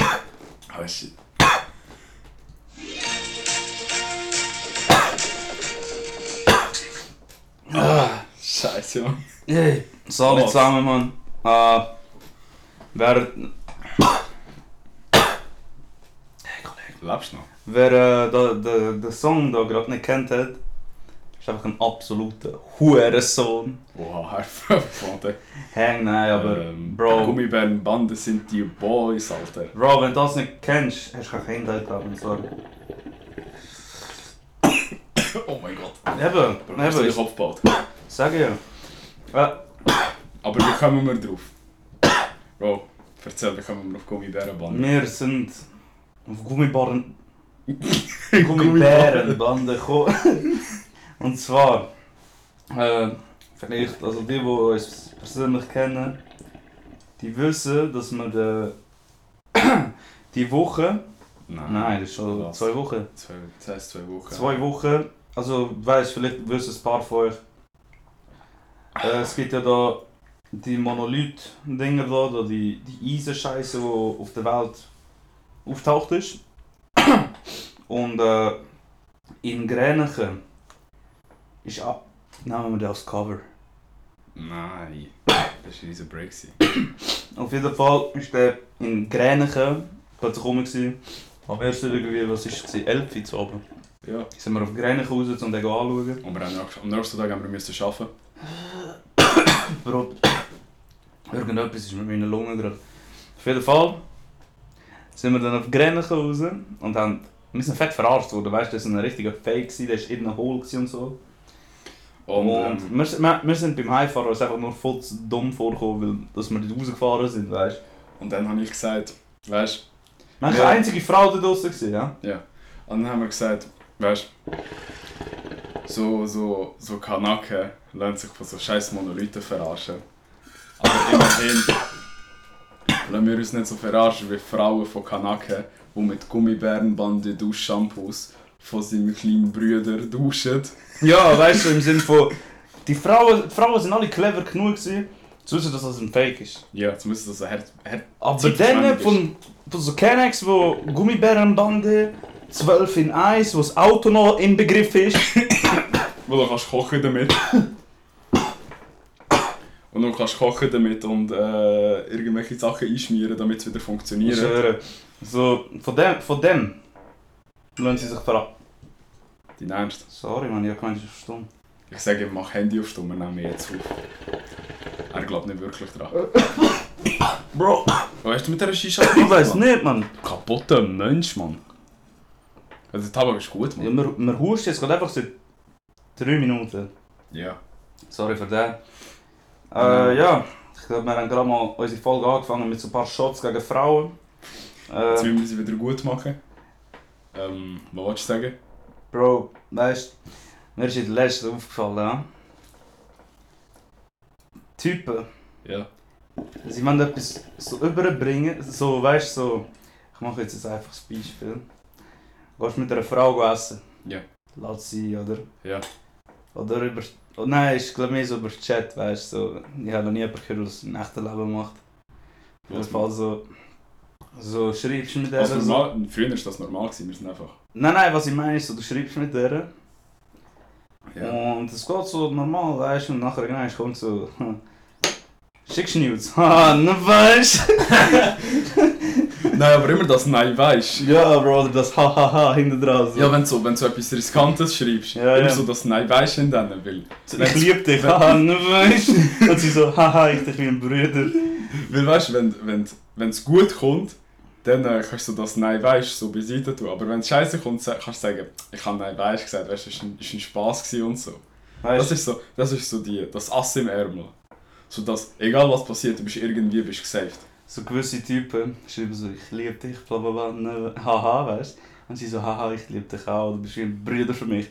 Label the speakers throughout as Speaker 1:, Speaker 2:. Speaker 1: Oh shit. ah, scheiße, Mann.
Speaker 2: Yay. So,
Speaker 1: Los.
Speaker 2: zusammen, Mann. Äh, wer,
Speaker 1: Lebst noch?
Speaker 2: wer äh, da- da- den Song da gerade nicht kennt hat, ist einfach ein absoluter Hurensohn.
Speaker 1: Wow, Harfronte.
Speaker 2: Hang, nein, aber
Speaker 1: Ehm, Ähm,
Speaker 2: Bro.
Speaker 1: Gummibärenbande sind die Boys, Alter.
Speaker 2: Bro, wenn du das nicht kennst, hast du keine Kindheit gehabt, I'm sorry.
Speaker 1: Oh mein Gott.
Speaker 2: Eben,
Speaker 1: Bro, hast du den
Speaker 2: eben,
Speaker 1: Kopf gebaut?
Speaker 2: sag ich ja. Äh,
Speaker 1: Aber wie kommen wir drauf? Bro, erzähl, wie kommen wir auf Gummibärenbande?
Speaker 2: wir sind auf Gummibaren, Gummibärenbande gekommen. Und zwar, äh, vielleicht, also die, die uns persönlich kennen, die wissen, dass wir äh, die Woche,
Speaker 1: Nein.
Speaker 2: nein, das ist schon
Speaker 1: Was?
Speaker 2: zwei Wochen,
Speaker 1: Zwei, das heißt zwei Wochen.
Speaker 2: zwei Wochen, also weiß vielleicht wissen ein paar von euch, äh, es gibt ja da die Monolith-Dinger da, da, die, die Eisenscheiße, die auf der Welt auftaucht ist. Und äh, in Grenchen ist ab, nehmen wir das als Cover.
Speaker 1: Nein. Das war unser Break. gewesen.
Speaker 2: Auf jeden Fall ist der in Grenchen plötzlich rum. gewesen. Am ersten irgendwie, was ist es? 11 Uhr zu oben.
Speaker 1: Ja.
Speaker 2: Sind wir auf Grenchen raus, um den anzuschauen.
Speaker 1: Und wir haben auch, am nächsten Tag haben wir müssen arbeiten.
Speaker 2: Bro, irgendetwas ist mit meinen Lungen gerade. Auf jeden Fall sind wir dann auf Grenchen raus und haben, wir sind fett verarscht worden, weißt du, das war ein richtiger Fake, gewesen, der war in einer Hole gewesen und so. Und,
Speaker 1: Und, ähm,
Speaker 2: wir, wir, wir sind beim Heimfahren uns einfach nur voll zu dumm vorgekommen, weil dass wir nicht rausgefahren sind, weißt du.
Speaker 1: und dann habe ich gesagt, weißt
Speaker 2: Wir waren
Speaker 1: Ja.
Speaker 2: die einzige Frau da draußen, gewesen, ja?
Speaker 1: du, und dann haben wir gesagt, weißt du, so, so, so Kanaken lernen sich von so scheiß Monolithen verarschen. Aber immerhin lassen wir uns nicht so verarschen wie Frauen von Kanaken, die mit Gummibärenbande Duschshampoos von seinen kleinen Brüdern duschen.
Speaker 2: Ja, weißt du, im Sinne von, die Frauen, die Frauen sind alle clever genug gewesen, zu wissen, dass das ein Fake ist.
Speaker 1: Ja, jetzt müssen das so hart, hart
Speaker 2: Aber
Speaker 1: Zeit
Speaker 2: dann
Speaker 1: verwendet
Speaker 2: von, von so Kennex, wo Gummibärenbande, 12 in 1, wo das Auto noch im Begriff ist.
Speaker 1: Wo du kannst kochen damit. Und du kannst kochen damit und äh, irgendwelche Sachen einschmieren, damit es wieder
Speaker 2: Ich
Speaker 1: funktioniert.
Speaker 2: schwöre. So, von dem, von dem lassen sie sich verab.
Speaker 1: Die Ernst.
Speaker 2: Sorry, man, ich hab keinen Stumm.
Speaker 1: Ich sage, ihm, mach Handy auf Stumm, wir nehmen jetzt auf. Er glaubt nicht wirklich dran.
Speaker 2: Bro,
Speaker 1: Was hast du mit dieser Shisha
Speaker 2: ich weiß
Speaker 1: Mann?
Speaker 2: nicht, man.
Speaker 1: Kaputter Mensch, Mann. Also, der Tabak ist gut,
Speaker 2: Ja,
Speaker 1: Mann.
Speaker 2: wir, wir husten jetzt gerade einfach seit 3 Minuten.
Speaker 1: Ja.
Speaker 2: Sorry für den. Äh, ja. Ich glaube, wir haben gerade mal unsere Folge angefangen mit so ein paar Shots gegen Frauen.
Speaker 1: Jetzt
Speaker 2: Äh,
Speaker 1: müssen wir sie wieder gut machen. Ähm, was wolltest du sagen?
Speaker 2: Bro, weißt mir ist in der letzten aufgefallen, ja. Typen,
Speaker 1: Ja.
Speaker 2: sie wollen etwas so überbringen, so, weißt so, ich mache jetzt ein einfaches Beispiel. Gehst mit einer Frau go essen?
Speaker 1: Ja.
Speaker 2: Lass sie, oder?
Speaker 1: Ja.
Speaker 2: Oder über. Oh, nein, ich glaube mehr so über den Chat, weißt so. Ich habe noch nie jemanden gehört, der das im echten Leben macht. Auf jeden
Speaker 1: Was
Speaker 2: Fall so. So schreibst du mit der.
Speaker 1: Also,
Speaker 2: So.
Speaker 1: normal, früher war das normal, gewesen, wir sind einfach.
Speaker 2: Nein, nein, was ich meine ist, so, du schreibst mit der.
Speaker 1: Ja.
Speaker 2: Und es geht so normal, weißt du, und nachher genau, ich komme so. Schickst du Nudes? Ha, ne weißt
Speaker 1: Nein, aber immer das Nein weisst.
Speaker 2: Ja, Bro, oder das Hahaha hinten dran. So.
Speaker 1: Ja, wenn du, so- wenn du so etwas Riskantes schreibst,
Speaker 2: Ja,
Speaker 1: immer
Speaker 2: ja.
Speaker 1: so das Nein weisst du dann will.
Speaker 2: ich lieb dich, haha, ne weißt Und sie so, haha, ich dich wie ein Bruder.
Speaker 1: Weil weißt du, wenn wenn wenn es gut kommt, dann äh, kannst du das Nein weisst so beiseite tun. Aber wenn es scheiße kommt, sa- kannst du sagen, ich habe Nein weisst gesagt, weißt du, es war ein, ist ein Spaß gewesen und so. Das
Speaker 2: Weißt
Speaker 1: ist so, das ist so die, das Ass im Ärmel. So dass, egal was passiert, du bist irgendwie bist gesaved.
Speaker 2: so gewisse Typen schreiben so, ich lieb dich, bla bla bla, ne, haha, weißt Und sie so, haha, ich lieb dich auch, du bist wie ein Bruder für mich.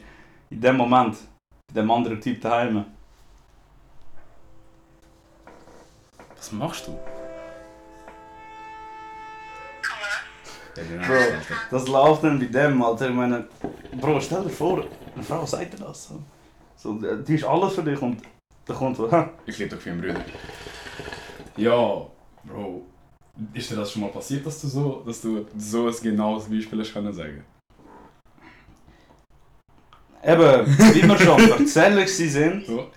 Speaker 2: In dem Moment, bei dem anderen Typ daheim.
Speaker 1: Was machst du? Ja, genau,
Speaker 2: Bro.
Speaker 1: Alter.
Speaker 2: Das läuft dann bei dem, Alter. Ich meine, Bro, stell dir vor, eine Frau sagt dir das. So. So, die ist äh, alles für dich und Da kommt was.
Speaker 1: Ich lebe doch für meinen Bruder. Ja, Bro. Ist dir das schon mal passiert, dass du so, dass du so ein genaues Beispiel hast können sagen?
Speaker 2: Eben, wie wir schon verzählig sind,
Speaker 1: So.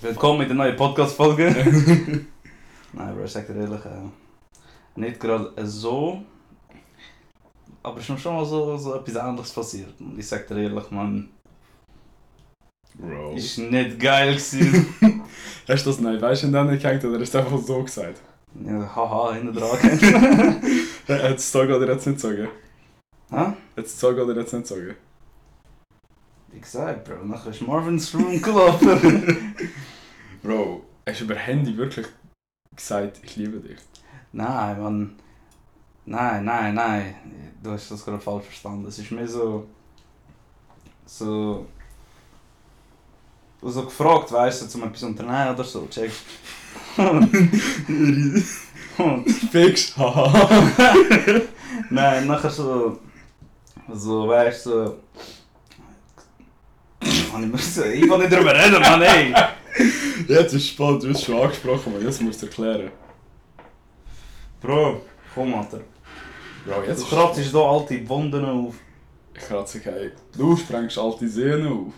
Speaker 2: willkommen in der neuen Podcast-Folge. Nein, Bro, ich sag dir ehrlich, äh, nicht gerade äh, so, aber es ist mir schon mal so, so etwas anderes passiert. Und ich sag dir ehrlich, man,
Speaker 1: Bro.
Speaker 2: ist nicht geil gewesen.
Speaker 1: Hast du das nicht weißt und dann gehängt oder ist einfach so gesagt?
Speaker 2: ja, haha, hinten dran.
Speaker 1: Hat es gezogen oder hat es nicht gezogen?
Speaker 2: Ha?
Speaker 1: Hat es gezogen oder hat es nicht gezogen?
Speaker 2: Wie gesagt, Bro, nachher ist Marvin's Room gelaufen.
Speaker 1: Bro, hast du über Handy wirklich gesagt, ich liebe dich?
Speaker 2: nein, man, nein, nein, nein, du hast das gerade falsch verstanden. Es ist mir so, so, so gefragt, weißt du, zum etwas unternehmen oder so, checkst. Und
Speaker 1: Fix, haha.
Speaker 2: Nein, nachher so. So, weißt du. So, Mann, ich, muss, ich will nicht drüber reden, Mann, ey!
Speaker 1: Jetzt ist spannend, du hast schon angesprochen, aber jetzt musst du erklären.
Speaker 2: Bro, komm, Alter.
Speaker 1: Bro,
Speaker 2: Jetzt
Speaker 1: jetzt
Speaker 2: kratzt ist hier alte Wunden auf.
Speaker 1: Ich kratze kein. Du sprengst alte Sehnen auf.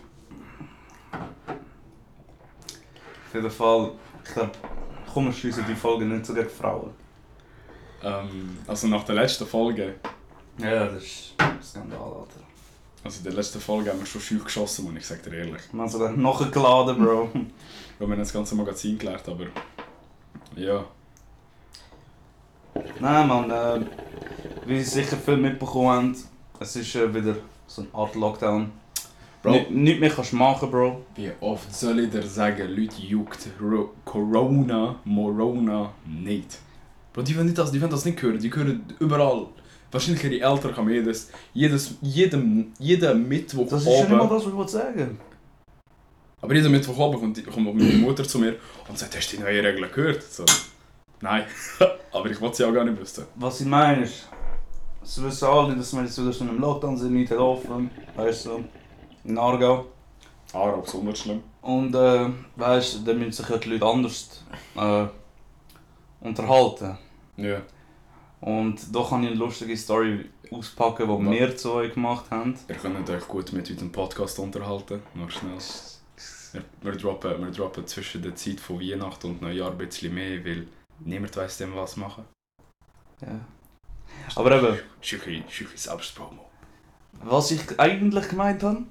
Speaker 2: Auf jeden Fall, ich glaube, komm, wir schließen die Folge nicht so gegen Frauen.
Speaker 1: Ähm, also nach der letzten Folge,
Speaker 2: Ja, das ist ein Skandal, Alter.
Speaker 1: also in der letzten Folge haben wir schon viel geschossen, und ich sag dir ehrlich.
Speaker 2: Man hat sogar noch geladen, Bro.
Speaker 1: Wir haben das ganze Magazin gelernt, aber. Ja.
Speaker 2: Nein, Mann, äh, wie sicher viel mitbekommen haben, es ist äh, wieder so eine Art Lockdown.
Speaker 1: Bro.
Speaker 2: Nicht, nicht mehr kannst du machen, Bro.
Speaker 1: Wie oft soll ich dir sagen, Leute juckt Ro Corona, Morona nicht. Bro, die wollen, nicht das, die wollen das nicht hören, die hören überall. Wahrscheinlich die Eltern haben jedes, jedes, jedem, jeden Mittwoch
Speaker 2: Das ist ja nicht mal das, was ich wollte sagen.
Speaker 1: Aber jeden Mittwochabend kommt, die- kommt meine Mutter zu mir und sagt, hast du die neue Regeln gehört? So, nein, aber ich wollte sie auch gar nicht wissen.
Speaker 2: Was ich meine ist, sie wissen alle, dass wir jetzt wieder schon im Lockdown sind, nicht offen, weißt du, in Aargau.
Speaker 1: Aber auch besonders schlimm.
Speaker 2: Und äh, weißt du, da müssen sich ja die Leute anders äh, unterhalten.
Speaker 1: Ja.
Speaker 2: Und da kann ich eine lustige Story auspacken, die
Speaker 1: Was?
Speaker 2: wir zwei gemacht haben.
Speaker 1: Ihr könnt euch gut mit unserem Podcast unterhalten, noch schnell. Wir, wir, droppen, wir droppen zwischen der Zeit von Weihnachten und Neujahr ein bisschen mehr, weil niemand weiss dem was machen.
Speaker 2: Ja. Aber eben,
Speaker 1: Schüchi, Schüchi Selbstpromo.
Speaker 2: was ich eigentlich gemeint habe,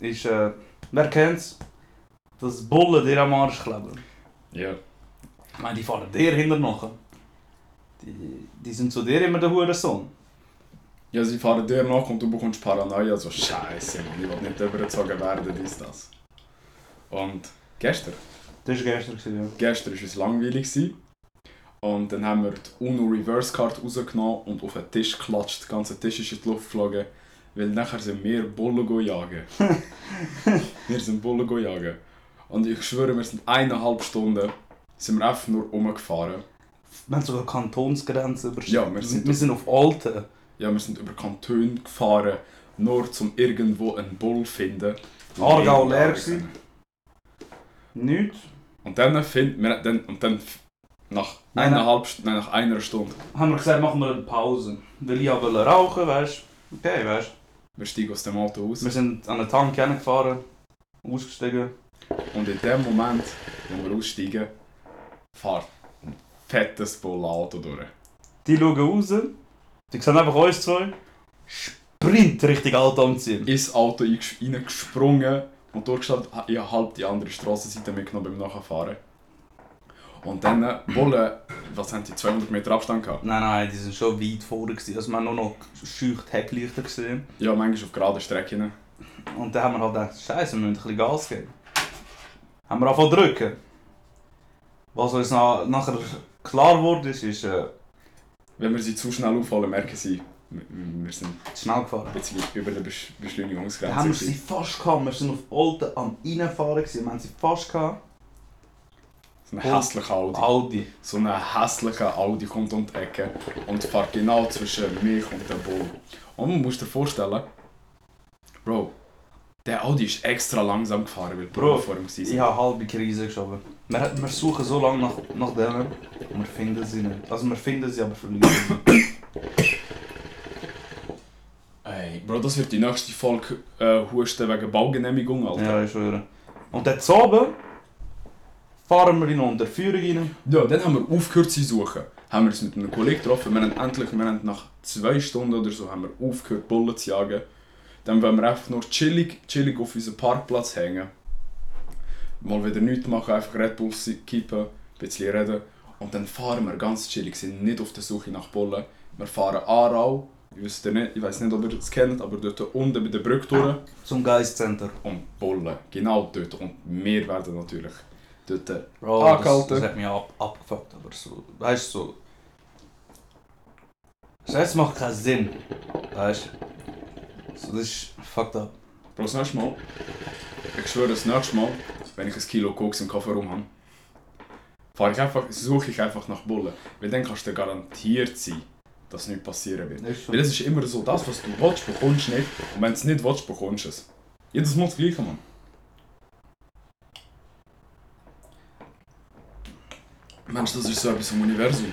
Speaker 2: ist, äh, wer kennt's? Das Bullen dir am Arsch kleben.
Speaker 1: Ja.
Speaker 2: Ich meine, die fahren dir hinter nachher. Die, die sind zu dir immer der Hurensohn.
Speaker 1: Ja, sie fahren dir nach und du bekommst Paranoia, so Scheiße, Mann, ich will nicht übergezogen werden, dies, das. Und gestern,
Speaker 2: Das war gestern, gewesen, ja.
Speaker 1: gestern war es langweilig. Gewesen. Und dann haben wir die UNO Reverse Card rausgenommen und auf den Tisch geklatscht. Der ganze Tisch ist in die Luft geflogen, weil nachher sind wir Bullen go jagen. wir sind Bullen go jagen. Und ich schwöre, wir sind eineinhalb Stunden sind wir einfach nur rumgefahren.
Speaker 2: Wir haben sogar Kantonsgrenzen überschritten.
Speaker 1: Ja, wir sind-
Speaker 2: wir sind auf Alte.
Speaker 1: Ja, wir sind über Kantone gefahren, nur um irgendwo einen Bull zu finden.
Speaker 2: Aargau
Speaker 1: Irgendwie
Speaker 2: leer
Speaker 1: jagen
Speaker 2: gewesen.
Speaker 1: können.
Speaker 2: Nichts.
Speaker 1: Und dann finden wir, dann, und dann f- nach
Speaker 2: Nein, nein.
Speaker 1: eineinhalb, St- nein, nach einer Stunde,
Speaker 2: Haben wir gesagt, machen wir eine Pause. Weil ich ja wollte rauchen, weißt du. Okay, weißt
Speaker 1: wir steigen aus dem Auto aus.
Speaker 2: du. Wir sind an den Tank hingefahren, ausgestiegen.
Speaker 1: Und in dem Moment, wo wir aussteigen, fährt ein fettes Bolauto durch.
Speaker 2: Die schauen raus. Die sehen einfach uns zwei. Sprint richtig alt anziehen.
Speaker 1: Ist das Auto eingesch- reingesprungen und durchgeschaut, ha- ich habe halb die andere Strassenseite mitgenommen beim Nachfahren. Und dann äh, wollen, was haben die, 200 Meter Abstand gehabt?
Speaker 2: Nein, nein, die sind schon weit vorne. gewesen. Also wir haben nur noch scheucht Hecklichter gesehen.
Speaker 1: Ja, manchmal auf geraden Strecken.
Speaker 2: Und dann haben wir halt gedacht, Scheiße, wir müssen ein bisschen Gas geben. Haben wir angefangen zu drücken. Was uns na nachher klar wurde, ist, ist äh,
Speaker 1: Wenn wir sie zu schnell auffallen, merken sie, wir, wir sind
Speaker 2: schnell gefahren.
Speaker 1: ein bisschen über der Besch
Speaker 2: Dann haben wir
Speaker 1: Beschleunigungsgrenze.
Speaker 2: sie
Speaker 1: gewesen.
Speaker 2: fast gehabt. Wir sind auf Olten am Reinfahren. gewesen. Wir haben sie fast gehabt.
Speaker 1: So ein hässlicher Audi.
Speaker 2: Aldi.
Speaker 1: so ein hässlicher Audi kommt um die Ecke und fährt genau zwischen mich und dem Bull. Und man muss dir vorstellen, Bro, Der Audi ist extra langsam gefahren, weil
Speaker 2: Bro,
Speaker 1: Bro vor ihm
Speaker 2: Ich
Speaker 1: war.
Speaker 2: habe halbe Krise geschoben. Wir, hat- wir suchen so lange nach, nach denen und wir finden sie nicht. Also wir finden sie, aber verlieren sie.
Speaker 1: Ey, Bro, das wird die nächste Folge äh, husten wegen Baugenehmigung, Alter.
Speaker 2: ja, ich schwöre. Und dort oben fahren wir in eine Unterführung rein.
Speaker 1: Ja, dann haben wir aufgehört zu suchen. Haben wir uns mit einem Kollegen getroffen. Wir haben endlich, wir haben nach zwei Stunden oder so, haben wir aufgehört, Bullen zu jagen. Dann wollen wir einfach nur chillig, chillig auf unserem Parkplatz hängen. Mal wieder nichts machen, einfach Red Bull si- kippen, ein bisschen reden. Und dann fahren wir ganz chillig, sind nicht auf der Suche nach Bullen. Wir fahren Aarau. Ich weiss nicht, ich weiss nicht ob ihr es kennt, aber dort unten bei der Brücke durch.
Speaker 2: Zum Geistcenter.
Speaker 1: Und Bullen, genau dort. Und wir werden natürlich dort... äh,
Speaker 2: Bro,
Speaker 1: Angehalten.
Speaker 2: Das, das hat mich ab, abgefuckt, aber so, weißt du, so. Das macht keinen Sinn, weißt du. So, das ist fucked up.
Speaker 1: Bro, das nächste Mal, ich schwöre, das nächste Mal, wenn ich ein Kilo Koks im Koffer rum habe, fahre ich einfach, suche ich einfach nach Bullen. Weil dann kannst du dir garantiert sein, dass nichts passieren wird.
Speaker 2: Ist so.
Speaker 1: Weil es ist immer so, das, was du willst, bekommst du nicht. Und wenn du es nicht willst, bekommst du es. Jedes Mal das Gleiche, Mann. Mensch, das ist so etwas vom Universum.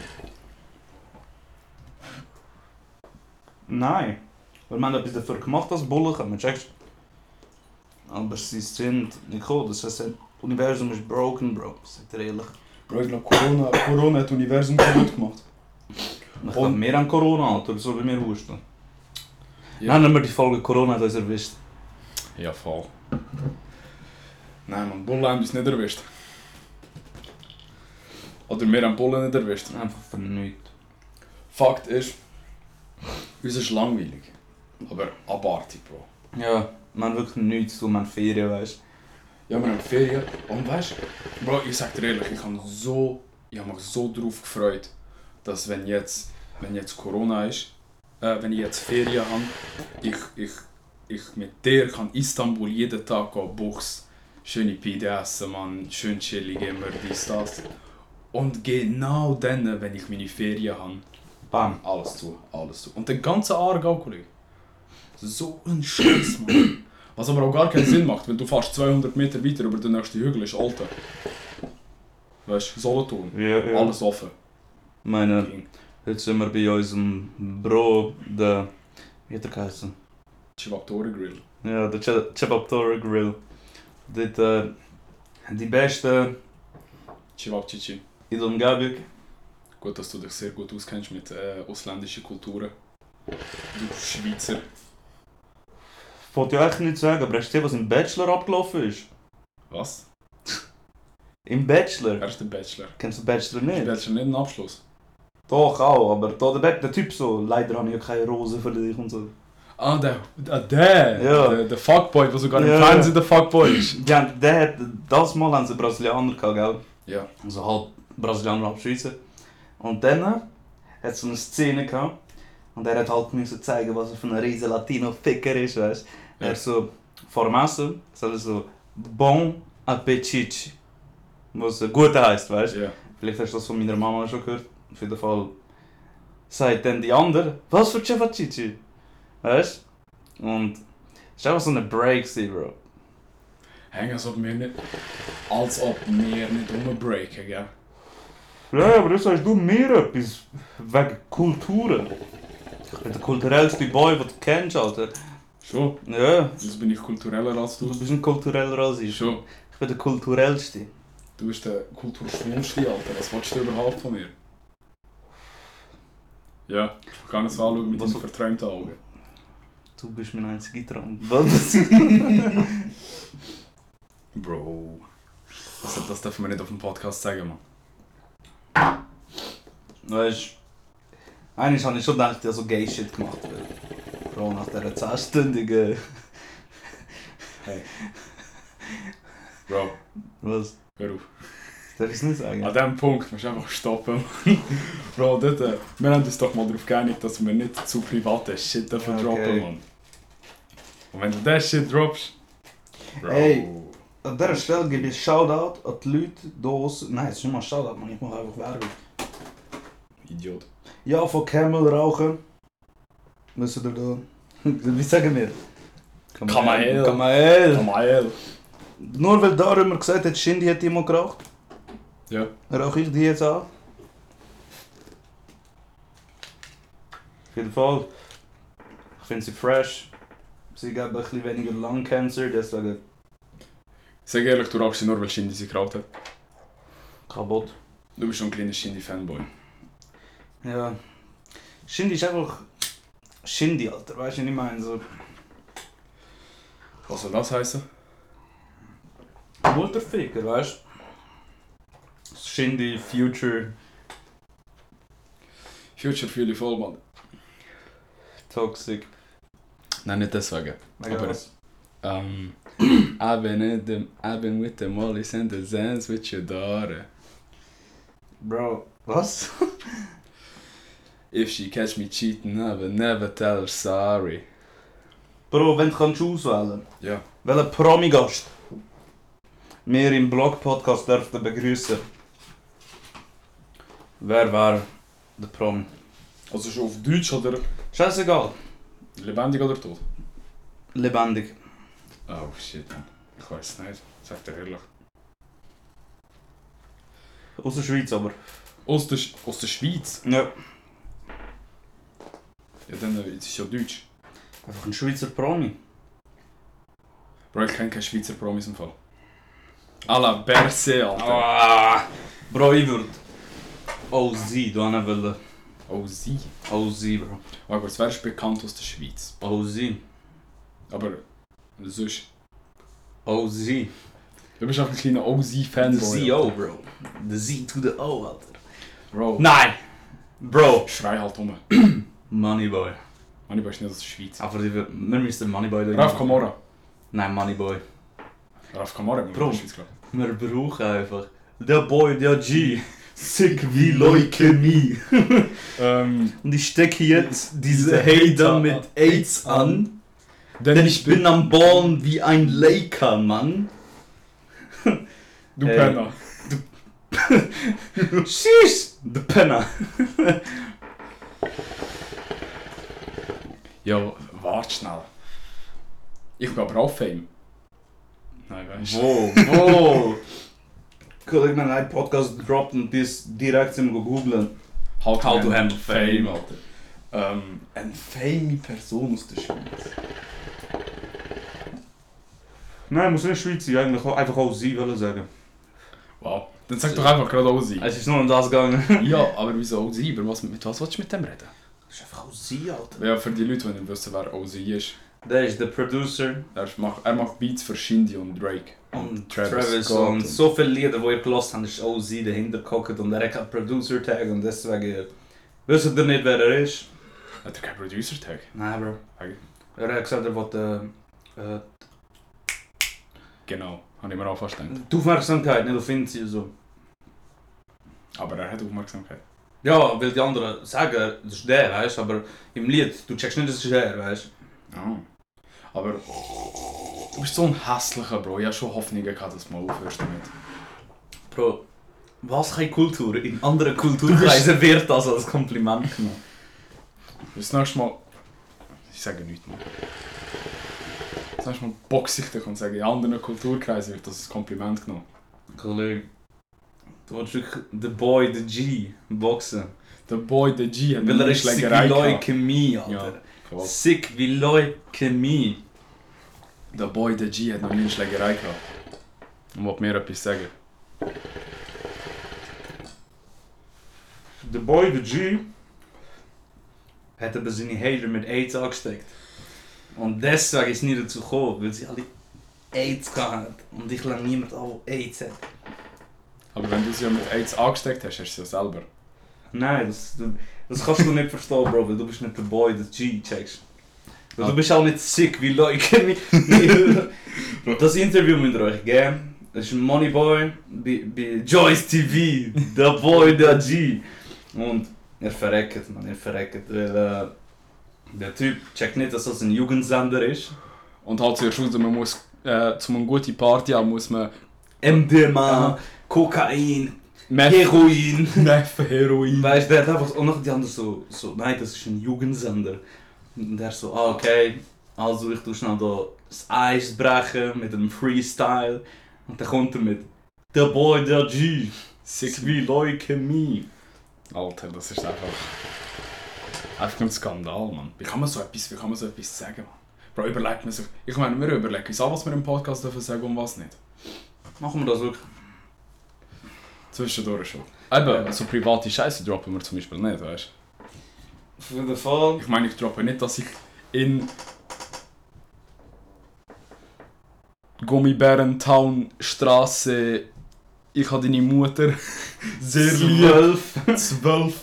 Speaker 2: Nein. Weil man etwas dafür gemacht als Bullen, man checkt. Aber sie sind nicht cool, das heißt, das Universum ist broken, Bro. Seid ihr ehrlich?
Speaker 1: Bro, ich glaube, Corona, Corona hat das Universum kaputt gemacht.
Speaker 2: Ich glaube, mehr an Corona, Alter, so wie wir husten.
Speaker 1: Ja.
Speaker 2: Dann haben wir Nou, die Folge Corona hat uns erwischt.
Speaker 1: Ja, voll. Nein, man, Bullen haben uns nicht erwischt. Oder wir haben Bullen nicht erwischt.
Speaker 2: Einfach für nichts.
Speaker 1: Fakt ist, uns ist langweilig. Aber abartig, Bro.
Speaker 2: Ja, man wirklich nichts zu tun, man hat Ferien, weißt du.
Speaker 1: Ja, wir haben Ferien. Und weißt du, Bro, ich sag dir ehrlich, ich habe so, ich hab mich so drauf gefreut, dass wenn jetzt, wenn jetzt Corona ist, äh, wenn ich jetzt Ferien habe, ich, ich, ich mit dir kann Istanbul jeden Tag gehen, Buchs, schöne Pide essen, man, schön chillig immer, dies, das. Und genau dann, wenn ich meine Ferien habe,
Speaker 2: Bam.
Speaker 1: alles zu, alles zu. Und den ganzen Aargau, Kollege. So ein Scheiß, Mann. Was aber auch gar keinen Sinn macht, weil du fährst 200 Meter weiter über den nächsten Hügel, ist Alter. Weißt du, Solothurn.
Speaker 2: Ja,
Speaker 1: Alles offen.
Speaker 2: Meine,
Speaker 1: Ging.
Speaker 2: Heute sind wir bei unserem Bro, der. Wie hat er geheißen?
Speaker 1: Chivaptore Grill.
Speaker 2: Ja, der Ch- Chebabtore Grill. Dort äh, die beste
Speaker 1: Chivapchichi.
Speaker 2: in der Umgebung.
Speaker 1: Gut, dass du dich sehr gut auskennst mit äh, ausländischen Kulturen. Du Schweizer.
Speaker 2: Ich wollte ja eigentlich nicht sagen, aber hast du gesehen, was im Bachelor abgelaufen ist?
Speaker 1: Was?
Speaker 2: Im Bachelor?
Speaker 1: Er ist der Bachelor.
Speaker 2: Kennst du den Bachelor oh,
Speaker 1: Ist
Speaker 2: nicht?
Speaker 1: Bachelor nicht ein Abschluss?
Speaker 2: Doch, auch, aber da der, Back, der Typ so. Leider habe ich ja keine Rose für dich und so.
Speaker 1: Ah, der. Ah, der!
Speaker 2: Ja.
Speaker 1: Der, der Fuckboy, der sogar
Speaker 2: Ja.
Speaker 1: im Fernsehen der Fuckboy ist.
Speaker 2: Die haben, der hat, das Mal haben sie Brasilianer gehabt, gell?
Speaker 1: Ja.
Speaker 2: Also halb Brasilianer, halb Schweizer. Und dann hat es so eine Szene gehabt. Und er hat halt müssen zeigen, was er für ein riesen Latino-Ficker ist, weißt du.
Speaker 1: Ja.
Speaker 2: Er so, vor dem Essen, sagt er so, Bon Appetit. Was äh, gut heisst, weißt du.
Speaker 1: Ja.
Speaker 2: Vielleicht hast du das von meiner Mama schon gehört. Auf jeden Fall sagt dann die andere, was für Cevacici? Weißt du? Und es war einfach so eine Break, gewesen, Bro.
Speaker 1: Hängen als ob wir nicht. Als ob wir nicht rumbreaken, gell?
Speaker 2: Ja, aber das sagst du mir etwas wegen Kulturen. Ich bin der kulturellste Boy, den du kennst, Alter.
Speaker 1: Schon.
Speaker 2: Ja,
Speaker 1: Jetzt bin ich kultureller als
Speaker 2: du
Speaker 1: du.
Speaker 2: bist ein kultureller als ich.
Speaker 1: Schon.
Speaker 2: Ich bin der kulturellste.
Speaker 1: Du bist der Kulturschwulste, Alter. Was willst du überhaupt von mir? Ja, ich kann es anschauen mit
Speaker 2: Was-
Speaker 1: deinen verträumten Augen.
Speaker 2: Du bist mein einziger Traum. Was?
Speaker 1: Bro. Das, das darf man nicht auf dem Podcast sagen, Mann.
Speaker 2: Weißt du, eigentlich habe ich schon gedacht, ich habe so Gay-Shit gemacht. weil- Bro, nach dieser äh, 10-stündigen.
Speaker 1: Bro,
Speaker 2: Was?
Speaker 1: hör auf.
Speaker 2: Darf ich es nicht sagen?
Speaker 1: An diesem Punkt musst du einfach stoppen. Bro, dort, äh, wir haben uns doch mal darauf geeinigt, dass wir nicht zu privaten Shit dürfen
Speaker 2: Okay.
Speaker 1: droppen, Mann. Und wenn du den Shit droppst. Bro.
Speaker 2: Ey. An dieser Stelle gebe ich Shoutout an die Leute da draussen. Nein, es ist nicht mal Shoutout, man, ich mache einfach Werbung.
Speaker 1: Idiot.
Speaker 2: Ja, Dus von Camel rauchen. Müssen wir da. Wie sagen wir?
Speaker 1: Kamael.
Speaker 2: Kamael.
Speaker 1: Kamael.
Speaker 2: Nur weil da immer gesagt hat, Shindy hat immer geraucht,
Speaker 1: Ja.
Speaker 2: rauche ich die jetzt auch. Auf jeden Fall. Ich finde sie fresh. Sie gab ein bisschen weniger Lung Cancer, deswegen
Speaker 1: Sag ehrlich, du rauchst sie nur, weil Shindy sie geraucht hat.
Speaker 2: kaputt.
Speaker 1: Du bist schon ein kleiner Shindy-Fanboy.
Speaker 2: Ja. Shindy ist einfach. Shindy, Alter, weißt du, was ich meine? So.
Speaker 1: Was soll das heißen?
Speaker 2: Mutterficker, weißt du? Shindy, Future,
Speaker 1: Future fühle ich voll, Mann.
Speaker 2: Toxic.
Speaker 1: Nein, nicht deswegen.
Speaker 2: Mega
Speaker 1: Aber-
Speaker 2: was.
Speaker 1: Um, I've been in them, I've been with the mollies and the zans with your daughter.
Speaker 2: Bro, was?
Speaker 1: If she catch me cheating, I will never tell her sorry.
Speaker 2: Bro, wenn du kannst auswählen
Speaker 1: Ja.
Speaker 2: welchen Promi-Gast wir im Blog-Podcast dürften begrüßen, wer wäre der Promi?
Speaker 1: Also schon auf Deutsch oder
Speaker 2: Scheißegal,
Speaker 1: lebendig oder tot?
Speaker 2: lebendig.
Speaker 1: Oh shit, man. Ich weiß nicht. Sag dir ehrlich.
Speaker 2: Aus der Schweiz aber.
Speaker 1: Aus der, Sch- aus der Schweiz?
Speaker 2: Ja.
Speaker 1: Ja, dann äh, es ist ja Deutsch.
Speaker 2: Einfach ein Schweizer Promi.
Speaker 1: Bro, ich kenne keinen Schweizer Promis im Fall. Alla Berse, Alter.
Speaker 2: Ah, Bro, ich würde OZ da wollen.
Speaker 1: Oh, sie.
Speaker 2: OZ, Bro.
Speaker 1: Aber kurz, wer ist bekannt aus der Schweiz?
Speaker 2: OZ.
Speaker 1: Aber sonst.
Speaker 2: OZ.
Speaker 1: Du bist einfach ein kleiner
Speaker 2: The
Speaker 1: OZ-Fanboy.
Speaker 2: ZO, Bro. The Z to the O, Alter.
Speaker 1: Bro,
Speaker 2: Nein! Bro.
Speaker 1: schrei halt um.
Speaker 2: Moneyboy.
Speaker 1: Mann, ich bin nicht aus der Schweiz.
Speaker 2: Aber die- wir müssen Moneyboy da
Speaker 1: Raf Kamora.
Speaker 2: Nein, Moneyboy.
Speaker 1: Raf Kamora hat man
Speaker 2: Bro.
Speaker 1: in der Schweiz glaube
Speaker 2: Wir brauchen einfach. Der Boy, der G. Sick wie Leukämie.
Speaker 1: ich. Ähm,
Speaker 2: Und ich stecke jetzt diese Hater mit AIDS an. Denn ich bin am Ballen wie ein Laker, Mann.
Speaker 1: Du
Speaker 2: Ey.
Speaker 1: Penner.
Speaker 2: Sheesh! The Penner.
Speaker 1: Ja, warte schnell. Ich glaube Raffame. Nein, weißt du.
Speaker 2: Wow, wow. Kollege, mein einen Podcast droppt und bist direkt zum Googlen.
Speaker 1: Halt
Speaker 2: How to
Speaker 1: Hand-
Speaker 2: handle fame.
Speaker 1: Alter. Ähm, eine fame Person aus der Schweiz.
Speaker 2: Nein, muss nicht Schweiz sein, eigentlich auch- einfach auch sie wollen sagen.
Speaker 1: Wow. Dann sag doch einfach gerade Ozi.
Speaker 2: Es ist nur um das gegangen.
Speaker 1: Äh, ja, aber wieso Ozi? Über was, mit was willst du mit dem reden?
Speaker 2: Das ist einfach auch sie, Alter.
Speaker 1: Ja, für die Leute, die nicht wissen, wer Ozi ist.
Speaker 2: Der ist der Producer
Speaker 1: Er macht, er macht Beats für Shindy und Drake.
Speaker 2: und Travis, Scott. Und so viele Lieder, die ihr gelost habt, ist auch sie dahinter gehockt und er hat keinen Producer-Tag und deswegen... Wisst ihr nicht, wer er ist?
Speaker 1: Hat er keinen Äh, Producer-Tag?
Speaker 2: Nein, Bro.
Speaker 1: Okay.
Speaker 2: Er hat gesagt, er wollte... Äh, äh,
Speaker 1: Genau, habe ich mir auch fast gedacht.
Speaker 2: die Aufmerksamkeit, nicht auf ihn ziehen, so.
Speaker 1: Aber er hat Aufmerksamkeit.
Speaker 2: Ja, weil die dus anderen sagen, das ist der, weißt du, aber im Lied, du checkst nicht, das ist der, weißt du.
Speaker 1: Ah. Aber du bist so ein hässlicher Bro. Ich habe schon Hoffnungen gehabt, dass du mal aufhörst damit.
Speaker 2: Bro, was keine Kultur? In anderen Kulturkreisen wird das als Kompliment genommen.
Speaker 1: Das nächste Mal. Ich sage nichts mehr. Das nächste Mal boxe ich dich und sage, in anderen Kulturkreisen wird das als Kompliment genommen.
Speaker 2: Kollege, du willst wirklich den Boy, den G, boxen.
Speaker 1: Der Boy, der G, hat
Speaker 2: Weil er
Speaker 1: eine
Speaker 2: ist sick
Speaker 1: Schlägerei
Speaker 2: wie
Speaker 1: gehabt.
Speaker 2: Leukämie,
Speaker 1: Ja,
Speaker 2: Alter.
Speaker 1: gewollt.
Speaker 2: Sick wie Leukämie.
Speaker 1: Der Boy, der G, hat noch nie eine Schlägerei gehabt. Und wollte mir etwas sagen.
Speaker 2: Der Boy, der G, hat aber seine Hater mit AIDS angesteckt. Und deswegen ist nie dazu gekommen, weil sie alle AIDS hatten. Und ich lang niemand auch AIDS hat.
Speaker 1: Aber wenn du sie ja mit AIDS angesteckt hast, hast du sie ja selber.
Speaker 2: Nein, das, das kannst du nicht verstehen, Bro, weil du bist nicht der Boy, der G, checkst. Weil
Speaker 1: Ah.
Speaker 2: du bist auch nicht sick wie Leute. das Interview müsst ihr euch geben. Das ist ein Moneyboy bei, bei Joyce TV, der Boy, der G. Und er verreckt, man, er verreckt, weil äh, der Typ checkt nicht, dass das ein Jugendsender ist.
Speaker 1: Und halt zuerst raus, man muss, äh, zum eine gute Party haben, muss man
Speaker 2: MDMA, Kokain,
Speaker 1: Meth,
Speaker 2: Heroin.
Speaker 1: Meth Heroin.
Speaker 2: Weißt dus du, der hat einfach auch noch die anderen so, so, nein, das ist ein Jugendsender. Und der so, ah, okay, Also ich tue schnell da das Eis brechen mit einem Freestyle. Und dann kommt er mit Der Boy der G. Sick wie Leukämie.
Speaker 1: Alter, das ist einfach. Einfach ein Skandal, Mann. Wie kann man so etwas, wie kann man so etwas sagen, Mann? Bro, überlegt man sich. Ich meine, wir überlegen uns auch, was wir im Podcast dürfen sagen und was nicht.
Speaker 2: Machen wir das wirklich?
Speaker 1: Zwischendurch schon. Eben, so private Scheiße droppen wir zum Beispiel nicht, weißt du?
Speaker 2: Auf jeden Fall.
Speaker 1: Ich meine, ich droppe nicht, dass ich in. Gummibärentown Straße. Ich habe deine Mutter sehr lieb.
Speaker 2: Zwölf.
Speaker 1: Zwölf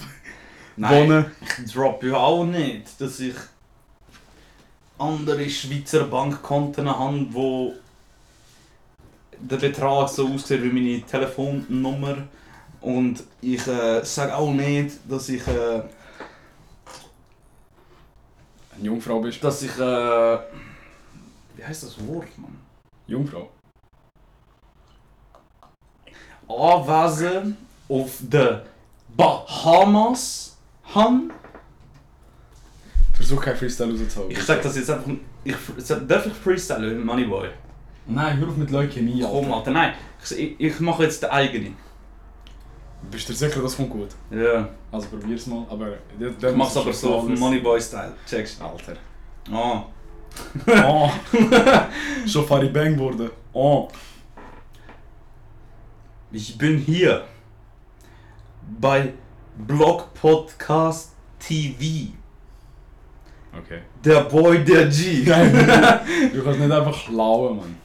Speaker 2: Nein,
Speaker 1: wohnen.
Speaker 2: ich drop ja auch nicht, dass ich andere Schweizer Bankkonten habe, wo der Betrag so aussieht wie meine Telefonnummer. Und ich äh, sage auch nicht, dass ich, äh,
Speaker 1: Eine Jungfrau bist du.
Speaker 2: dass ich, äh, wie heißt das Wort, Mann?
Speaker 1: Jungfrau.
Speaker 2: Anwesen auf den Bahamas habe.
Speaker 1: Versuch kein Freestyle rauszuholen.
Speaker 2: Ich sag das jetzt einfach, ich, darf ich freestylen mit Moneyboy?
Speaker 1: Nein, hör auf mit Leukämie. Alter.
Speaker 2: Komm, Alter, nein. Ich, ich, ich mache jetzt den eigenen.
Speaker 1: Bist du dir sicher, das kommt gut?
Speaker 2: Ja.
Speaker 1: Also probier's mal, aber... Der,
Speaker 2: Ich mach's aber so auf Moneyboy-Style. Checkst
Speaker 1: Alter.
Speaker 2: du? Ah.
Speaker 1: Oh. Schon fahre ich bang worden. Oh.
Speaker 2: Ich bin hier. Bei Blog Podcast TV.
Speaker 1: Okay.
Speaker 2: Der Boy der G.
Speaker 1: Nein, du kannst nicht einfach klauen, Mann.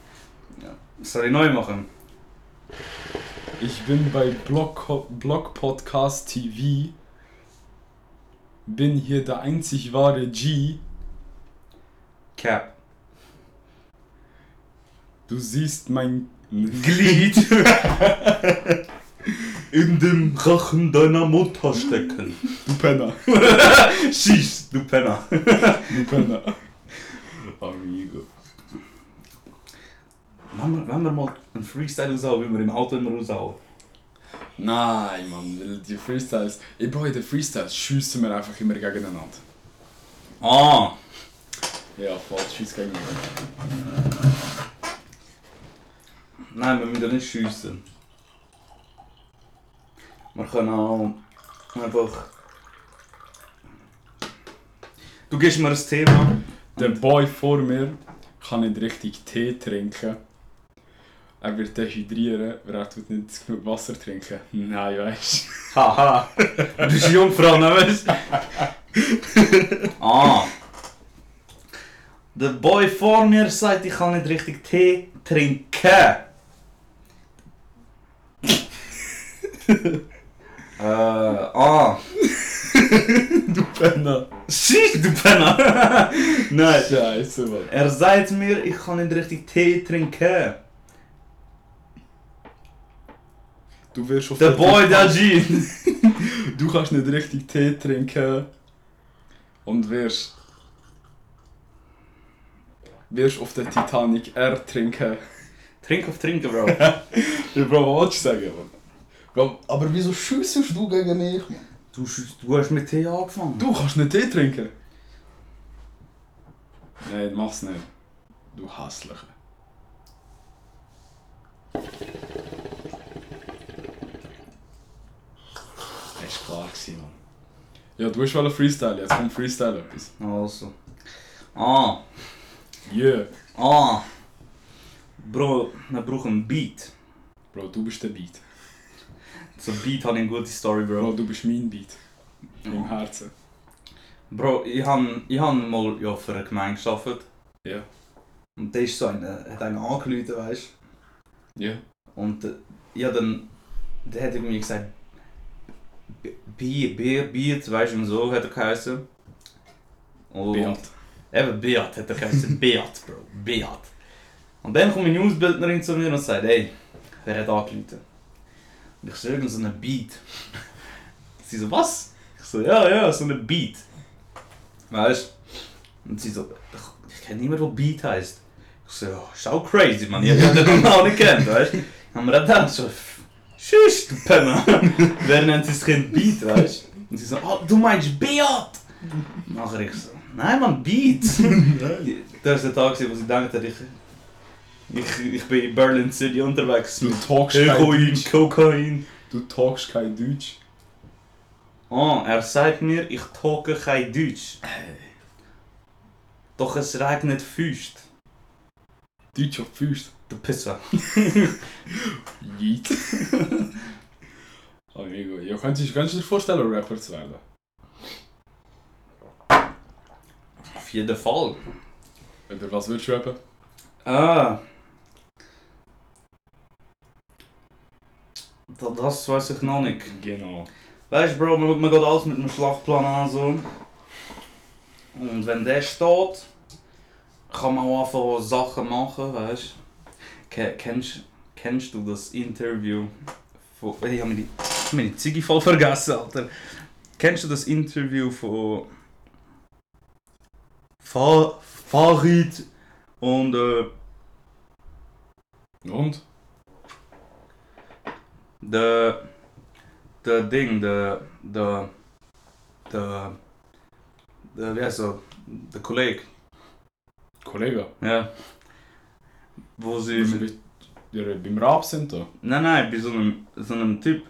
Speaker 2: Soll ich neu machen?
Speaker 1: Ich bin bei Blog, Blog Podcast TV. Bin hier der einzig wahre G.
Speaker 2: Cap.
Speaker 1: Du siehst mein...
Speaker 2: Glied. In dem Rachen deiner Mutter stecken.
Speaker 1: Du Penner.
Speaker 2: Schieß, du Penner.
Speaker 1: Du Penner. Amigo.
Speaker 2: Wenn wir, wenn wir mal einen Freestyle raushauen, wie wir im Auto immer raushauen.
Speaker 1: Nein, Mann, weil die Freestyles. Ich brauche die Freestyles, schiessen wir einfach immer gegeneinander.
Speaker 2: Ah.
Speaker 1: Ja, voll, schieß gegeneinander.
Speaker 2: Nein, wir müssen nicht schiessen. Wir können auch einfach. Du gibst mir ein Thema.
Speaker 1: Der Boy vor mir kann nicht richtig Tee trinken. Er wird dehydrieren, weil er tut nicht genug Wasser trinken. Nein, weißt
Speaker 2: Haha. Du bist Jungfrau, ne weißt Ah. Der Boy vor mir sagt, ich kann nicht richtig Tee trinken. äh, ah.
Speaker 1: du. Penner.
Speaker 2: Scheiße, du Penner. Nein.
Speaker 1: Scheiße, Mann.
Speaker 2: Er sagt mir, ich kann nicht richtig Tee trinken.
Speaker 1: Du wirst auf
Speaker 2: Der Boy, der G.
Speaker 1: Du kannst nicht richtig Tee trinken. Und wirst. Wirst auf der Titanic R trinken.
Speaker 2: Trink auf Trinken, Bro.
Speaker 1: Ja, Bro, was willst du sagen, Mann? Bro, aber wieso schiessest du gegen mich, Mann?
Speaker 2: Du, sch- du hast mit Tee angefangen.
Speaker 1: Du kannst nicht Tee trinken. Nein, mach's nicht. Du Hässliche. Das war klar, gewesen, Mann. Ja, du wolltest Freestyle, jetzt kommt Freestyle etwas.
Speaker 2: Also. Nou, Ah,
Speaker 1: Yeah.
Speaker 2: ah. Bro, wir brauchen einen Beat.
Speaker 1: Bro, du bist der Beat.
Speaker 2: Zum Beat habe ich eine gute Story,
Speaker 1: Bro,
Speaker 2: Bro.
Speaker 1: du bist mein Beat. Im Herzen.
Speaker 2: Bro, ich habe ich hab mal ja, für eine Gemeinde gearbeitet.
Speaker 1: Ja.
Speaker 2: Und der ist so einer, hat einen angerufen, weißt du.
Speaker 1: Ja.
Speaker 2: Und äh, ja, dann, dann hat er mir gesagt, B- Bier, Bier, Bier, weißt du, und so hat er geheißen. Und,
Speaker 1: Beat.
Speaker 2: Eben Oh. Beat hat er geheißen. Beat, Bro. Beat. Und dann kommt meine Ausbildnerin zu mir und sagt, hey, wer hat angerufen? Und ich so, irgend so einen Beat. Sie so, was? Ich so, ja, ja, so einen Beat. Weißt du? Und sie so, ich, ich kenne niemand, der Beat heisst. Ich so, ja, ist auch "Oh, crazy, man. Ich hab den Namen auch nicht kennt, weißt du? Haben wir dann gedacht, so, tschüss, du Penner. wer nennt sein Kind Beat, weißt du? Und sie so, oh, du meinst Beat? Nachher ich so, Nein, man, Beat! das ist der Tag, wo ich dachte, ich... Ich, ich bin in Berlin City unterwegs
Speaker 1: Du
Speaker 2: mit
Speaker 1: talkst kein
Speaker 2: Heroin,
Speaker 1: Deutsch.
Speaker 2: Kokain.
Speaker 1: Du talkst kein Deutsch.
Speaker 2: Oh, er sagt mir, ich talke kein Deutsch. Doch es regnet Füst.
Speaker 1: Deutsch auf Füße.
Speaker 2: Du Pisser.
Speaker 1: Jeet. Amigo, ja, kannst du kannst du dir vorstellen, Rapper zu werden?
Speaker 2: Auf jeden Fall.
Speaker 1: Über was willst du rappen?
Speaker 2: Ah. Da- Das weiß ich noch nicht.
Speaker 1: Genau.
Speaker 2: Weißt du, Bro, man, man geht alles mit einem Schlachtplan an. So. Und wenn der steht, kann man auch einfach Sachen machen, weißt du? Ke kennst, kennst du das Interview? Von, Ey, ich habe meine, ich hab meine Ziege voll vergessen, Alter. Kennst du das Interview von Fa Farid und äh,
Speaker 1: Und?
Speaker 2: The the Ding, the the the the wie heißt er? Der Kollege,
Speaker 1: Kollege,
Speaker 2: ja. Wo sie.
Speaker 1: wir sind ja, beim Rap sind da.
Speaker 2: Nein, nein, bei so einem, so einem Typ,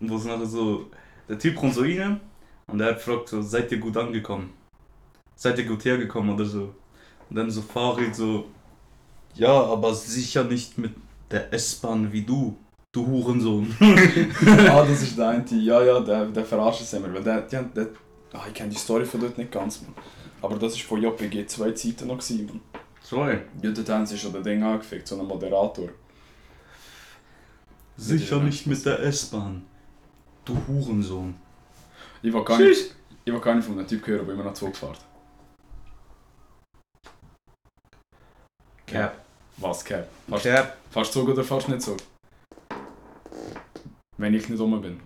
Speaker 2: wo es nachher so. Der Typ kommt so rein und er fragt so, seid ihr gut angekommen? Seid ihr gut hergekommen oder so? Und dann so Farid so, ja, aber sicher nicht mit der S-Bahn wie du, du Hurensohn.
Speaker 1: ah, das ist der eine. Ja, ja, der, der verarscht es immer. Weil der, der, der, ah, ich kenne die Story von dort nicht ganz, man. Aber das war von JPG zwei Zeiten noch. Gewesen, man.
Speaker 2: Sorry.
Speaker 1: Ja, dort haben sie schon das Ding angefickt, so einen Moderator.
Speaker 2: Sicher nicht mit der S-Bahn. Du Hurensohn.
Speaker 1: Ich will gar nicht, ich will gar nicht von einem Typ hören, der immer noch Zug fährt.
Speaker 2: Cap.
Speaker 1: Was, Cap? Fast
Speaker 2: Cap.
Speaker 1: Fast Zug oder fast nicht Zug? Wenn ich nicht rum bin.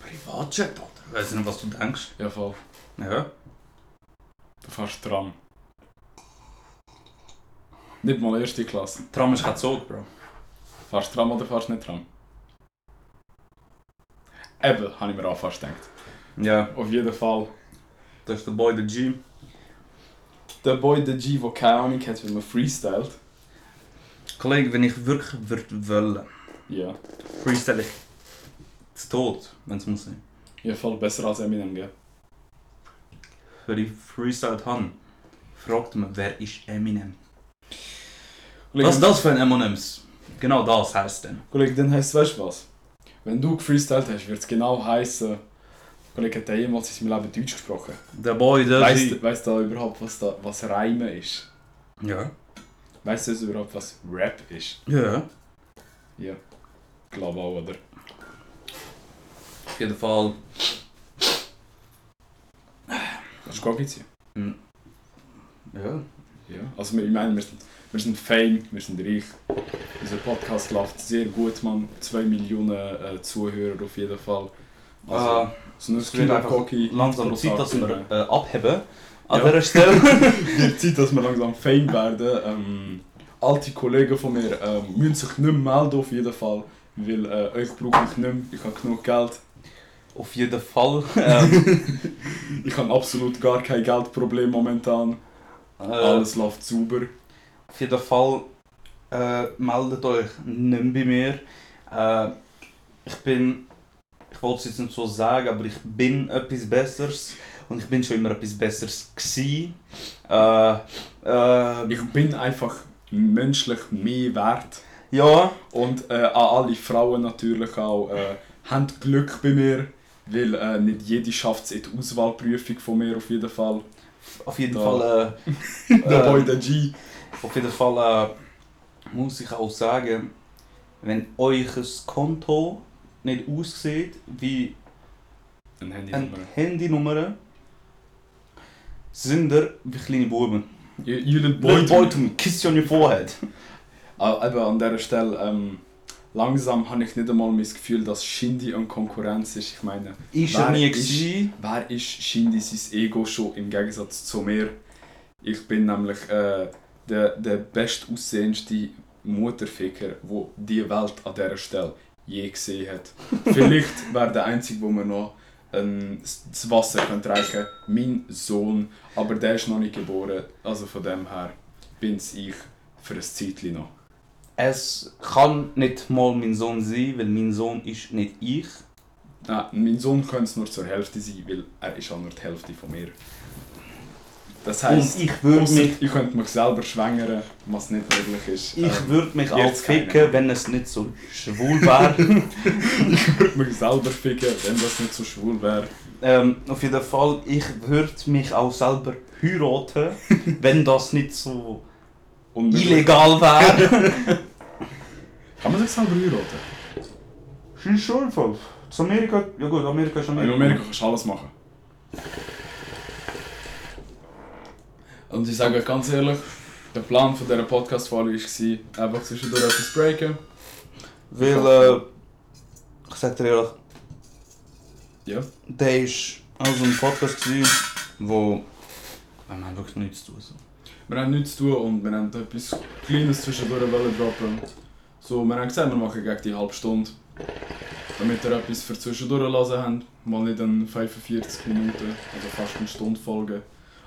Speaker 2: Privatjet, Alter. Weiß nicht, was du denkst.
Speaker 1: Ja, voll.
Speaker 2: Ja.
Speaker 1: Du fährst Tram. Nicht mal erste Klasse.
Speaker 2: Tram ist kein Zug, Bro.
Speaker 1: Fährst Tram oder fährst nicht Tram? Eben, habe ich mir auch fast gedacht.
Speaker 2: Ja.
Speaker 1: Auf jeden Fall.
Speaker 2: Das ist der Boy, der G.
Speaker 1: Der Boy, der G, der keine Ahnung hat, wie man freestylt.
Speaker 2: Kollege, wenn ich wirklich würde wollen,
Speaker 1: Ja.
Speaker 2: freestyle ich zu Tod, wenn es muss sein.
Speaker 1: Ja, voll besser als Eminem, gell?
Speaker 2: Wenn ich freestyle habe, fragt man, wer ist Eminem? Was ist das für ein Eminems? Genau das heißt denn.
Speaker 1: Kollege, dann heisst weißt du was? Wenn du gefreestylt hast, wird es genau heißen. Kollege, hat der jemals in seinem Leben Deutsch gesprochen?
Speaker 2: Der Boy, der G.
Speaker 1: Weißt, weißt du überhaupt, was, da, was Reime ist?
Speaker 2: Ja.
Speaker 1: Weißt du überhaupt, was Rap ist?
Speaker 2: Ja.
Speaker 1: Glaube auch, oder?
Speaker 2: Auf jeden Fall.
Speaker 1: Hast du Kogi ziehen?
Speaker 2: Ja.
Speaker 1: Ja. Also, wir- ich meine, wir sind, wir sind fame, wir sind reich. Unser Podcast läuft sehr gut, man. 2 Millionen äh, Zuhörer auf jeden Fall. Also,
Speaker 2: Ah.
Speaker 1: so ein
Speaker 2: wird
Speaker 1: kleiner
Speaker 2: einfach
Speaker 1: Kogi.
Speaker 2: langsam
Speaker 1: Großartig.
Speaker 2: Zeit, dass wir äh, abheben an
Speaker 1: Ja.
Speaker 2: dieser Stelle.
Speaker 1: wird Zeit, dass wir langsam Fame werden. Ähm, alte Kollegen von mir ähm, müssen sich nicht mehr melden, auf jeden Fall. Weil äh, euch brauche ich nicht mehr. Ich habe genug Geld.
Speaker 2: Auf jeden Fall. Ähm,
Speaker 1: Ich habe absolut gar kein Geldproblem momentan.
Speaker 2: äh,
Speaker 1: Alles läuft sauber.
Speaker 2: auf jeden Fall äh, meldet euch nicht mehr bei mir. Äh, ich bin, ich wollte es jetzt nicht so sagen, aber ich bin etwas Besseres und ich bin schon immer etwas Besseres gewesen. Äh, äh,
Speaker 1: Ich bin einfach menschlich mehr wert.
Speaker 2: ja,
Speaker 1: Und äh, an alle Frauen natürlich auch. Äh, habt Glück bei mir. Weil äh, nicht jede schafft es in die Auswahlprüfung von mir auf jeden Fall.
Speaker 2: auf jeden
Speaker 1: Da.
Speaker 2: Fall. Äh,
Speaker 1: Der
Speaker 2: äh,
Speaker 1: Boy, der G.
Speaker 2: Auf jeden Fall äh, muss ich auch sagen, wenn euer Konto nicht aussieht wie
Speaker 1: Ein
Speaker 2: eine Handynummer, sind ihr wie kleine Buben.
Speaker 1: Julian
Speaker 2: Boy,
Speaker 1: Boyd.
Speaker 2: Boy, du kiss on your forehead.
Speaker 1: Aber eben an dieser Stelle, ähm, langsam habe ich nicht einmal mein Gefühl, dass Shindy eine Konkurrenz ist. Ich meine,
Speaker 2: Ist er
Speaker 1: Wer
Speaker 2: nie
Speaker 1: ist-
Speaker 2: gewesen.
Speaker 1: wer ist Shindy sein Ego schon im Gegensatz zu mir? Ich bin nämlich äh, der, der bestaussehendste Mutterficker, wo die Welt an dieser Stelle je gesehen hat. Vielleicht wäre der einzige, wo mir noch ähm, s- das Wasser können trinken Mein Sohn, aber der ist noch nicht geboren. Also von dem her bin's ich für ein Zeitchen noch.
Speaker 2: Es kann nicht mal mein Sohn sein, weil mein Sohn ist nicht ich.
Speaker 1: Nein, mein Sohn könnte es nur zur Hälfte sein, weil er ist auch nur die Hälfte von mir. Das heisst,
Speaker 2: und ich würde
Speaker 1: ausser,
Speaker 2: mich,
Speaker 1: ich könnte mich selber schwängern, was nicht möglich ist.
Speaker 2: ich würd mich auch
Speaker 1: jetzt keine.
Speaker 2: ficken, wenn es nicht so schwul wäre.
Speaker 1: ich würde mich selber ficken, wenn das nicht so schwul wäre.
Speaker 2: ähm, auf jeden Fall, ich würde mich auch selber heiraten, wenn das nicht so
Speaker 1: Unmöglich.
Speaker 2: illegal wäre.
Speaker 1: Kann man sich selber heiraten?
Speaker 2: Schön schon voll. Zu Amerika, ja gut, Amerika ist
Speaker 1: In Amerika kannst du alles machen. Und ich sage euch ganz ehrlich, der Plan von dieser Podcast-Folge war, einfach zwischendurch etwas breaken.
Speaker 2: Weil, äh, ich sag dir ehrlich,
Speaker 1: Ja.
Speaker 2: der ist auch so ein Podcast gewesen, wo, Ah, wenn man wirklich nichts tut. So.
Speaker 1: Wir haben nichts zu tun und wir haben etwas Kleines zwischendurch wollen droppen. So, wir haben gesagt, wir machen gegen die halbe Stunde. Damit ihr etwas für zwischendurch hören habt. Mal nicht dann 45 Minuten, also fast eine Stunde Folge.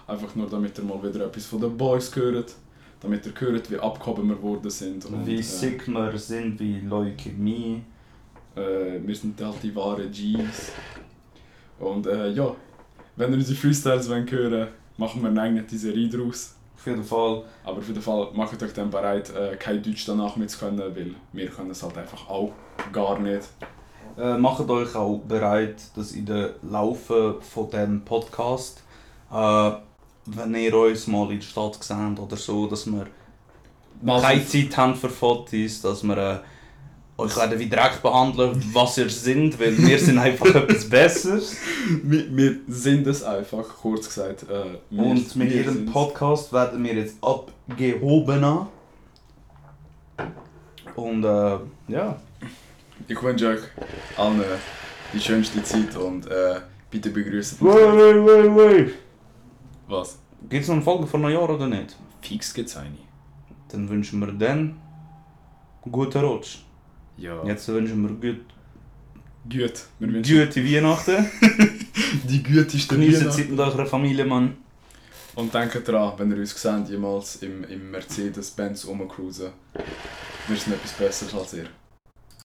Speaker 1: Einfach nur, damit ihr mal wieder etwas von den Boys hört. Damit ihr hört, wie abgehoben wir geworden sind.
Speaker 2: Wie
Speaker 1: äh,
Speaker 2: sick wir sind, wie Leukämie.
Speaker 1: Äh, wir sind halt die wahren G's. Und äh, ja, wenn ihr unsere Freestyles wollt hören machen wir eine eigene Serie draus.
Speaker 2: Auf jeden Fall,
Speaker 1: Aber auf jeden Fall macht euch dann bereit, äh, kein Deutsch danach mitzukönnen, weil wir können es halt einfach auch gar nicht.
Speaker 2: äh, macht euch auch bereit, dass in der Laufe von dem Podcast, äh, wenn ihr uns mal in der Stadt seht oder so, dass wir
Speaker 1: Mal
Speaker 2: keine
Speaker 1: so-
Speaker 2: Zeit haben für Fotos, dass wir äh, euch werden wie direkt behandeln, was ihr sind, weil wir sind einfach etwas Besseres.
Speaker 1: wir, wir sind es einfach, kurz gesagt. Äh, wir-
Speaker 2: Und mit
Speaker 1: wir
Speaker 2: jedem
Speaker 1: sind's.
Speaker 2: Podcast werden wir jetzt abgehobener. Und äh, ja,
Speaker 1: Ich wünsche euch allen äh, die schönste Zeit und äh, bitte begrüßen.
Speaker 2: wait, wait, wait.
Speaker 1: Was?
Speaker 2: Gibt es noch eine Folge von Neujahr oder nicht?
Speaker 1: Fix gibt's eine.
Speaker 2: Dann wünschen wir dann guten Rutsch.
Speaker 1: Ja.
Speaker 2: Jetzt wünschen wir gut,
Speaker 1: Gut. Wir wünschen
Speaker 2: gute Weihnachten.
Speaker 1: die gütigste
Speaker 2: Genießt die Zeit mit eurer Familie, Mann.
Speaker 1: Und denkt dran, wenn ihr uns seht, jemals im, im Mercedes-Benz rumcruisen, wir sind etwas Besseres als ihr.